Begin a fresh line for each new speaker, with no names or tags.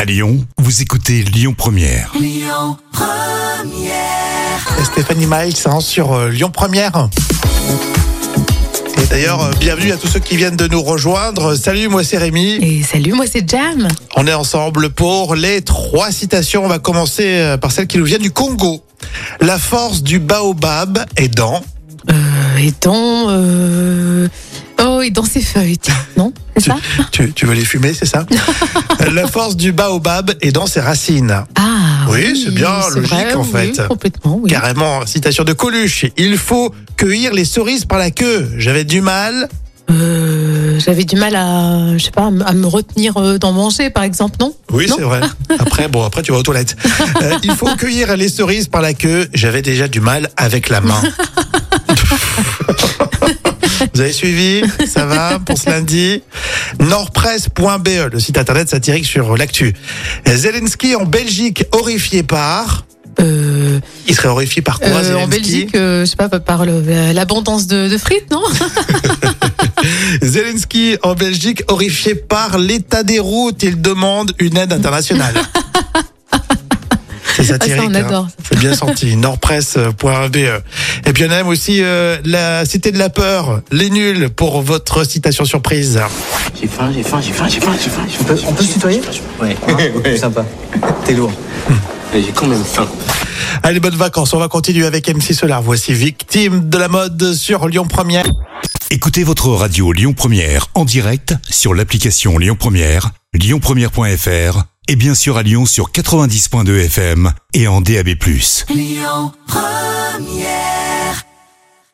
À Lyon, vous écoutez Lyon Première.
Stéphanie Miles hein, sur euh, Lyon Première. Et d'ailleurs, euh, bienvenue à tous ceux qui viennent de nous rejoindre. Salut, moi c'est Rémi.
Et salut, moi c'est Jam. Euh,
On est ensemble pour les trois citations. On va commencer euh, par celle qui nous vient du Congo. La force du baobab est dans.
Euh, et dans. euh, Oh, et dans ses feuilles, tiens, non C'est ça
Tu, tu veux les fumer, c'est ça La force du baobab est dans ses racines.
Ah
Oui, c'est bien logique,
vrai,
en
oui,
fait.
complètement, oui.
Carrément, citation de Coluche. Il faut cueillir les cerises par la queue. J'avais du mal.
Euh, J'avais du mal à, je sais pas, à me- à me retenir euh, d'en manger, par exemple, non
Oui,
Non
c'est vrai. Après, bon, après, tu vas aux toilettes. Euh, il faut cueillir les cerises par la queue. J'avais déjà du mal avec la main. Vous avez suivi Ça va pour ce lundi Nordpresse.be, e, le site internet satirique sur l'actu. Zelensky en Belgique, horrifié par...
euh,
Il serait horrifié par quoi,
euh,
Zelensky
En Belgique, euh, je sais pas, par le- l'abondance de, de frites, non
Zelensky en Belgique, horrifié par l'état des routes. Il demande une aide internationale. C'est satirique. hein.
Ah, ça, on adore.
C'est bien senti. euh, Nordpresse.be. Et puis on aime aussi euh, la cité de la peur. Les nuls pour votre citation surprise.
J'ai faim, j'ai faim, j'ai faim, j'ai faim, j'ai faim. j'ai faim,
On peut,
j'ai
on peut
faim,
se tutoyer
Ouais.
C'est Sympa. T'es lourd.
Mais J'ai quand même faim.
Allez, bonnes vacances. On va continuer avec MC Solar. Voici Victime de la mode sur Lyon Première.
Écoutez votre radio Lyon Première en direct sur l'application Lyon Première, lyonpremière.fr et bien sûr à Lyon sur 90.2 FM et en DAB+.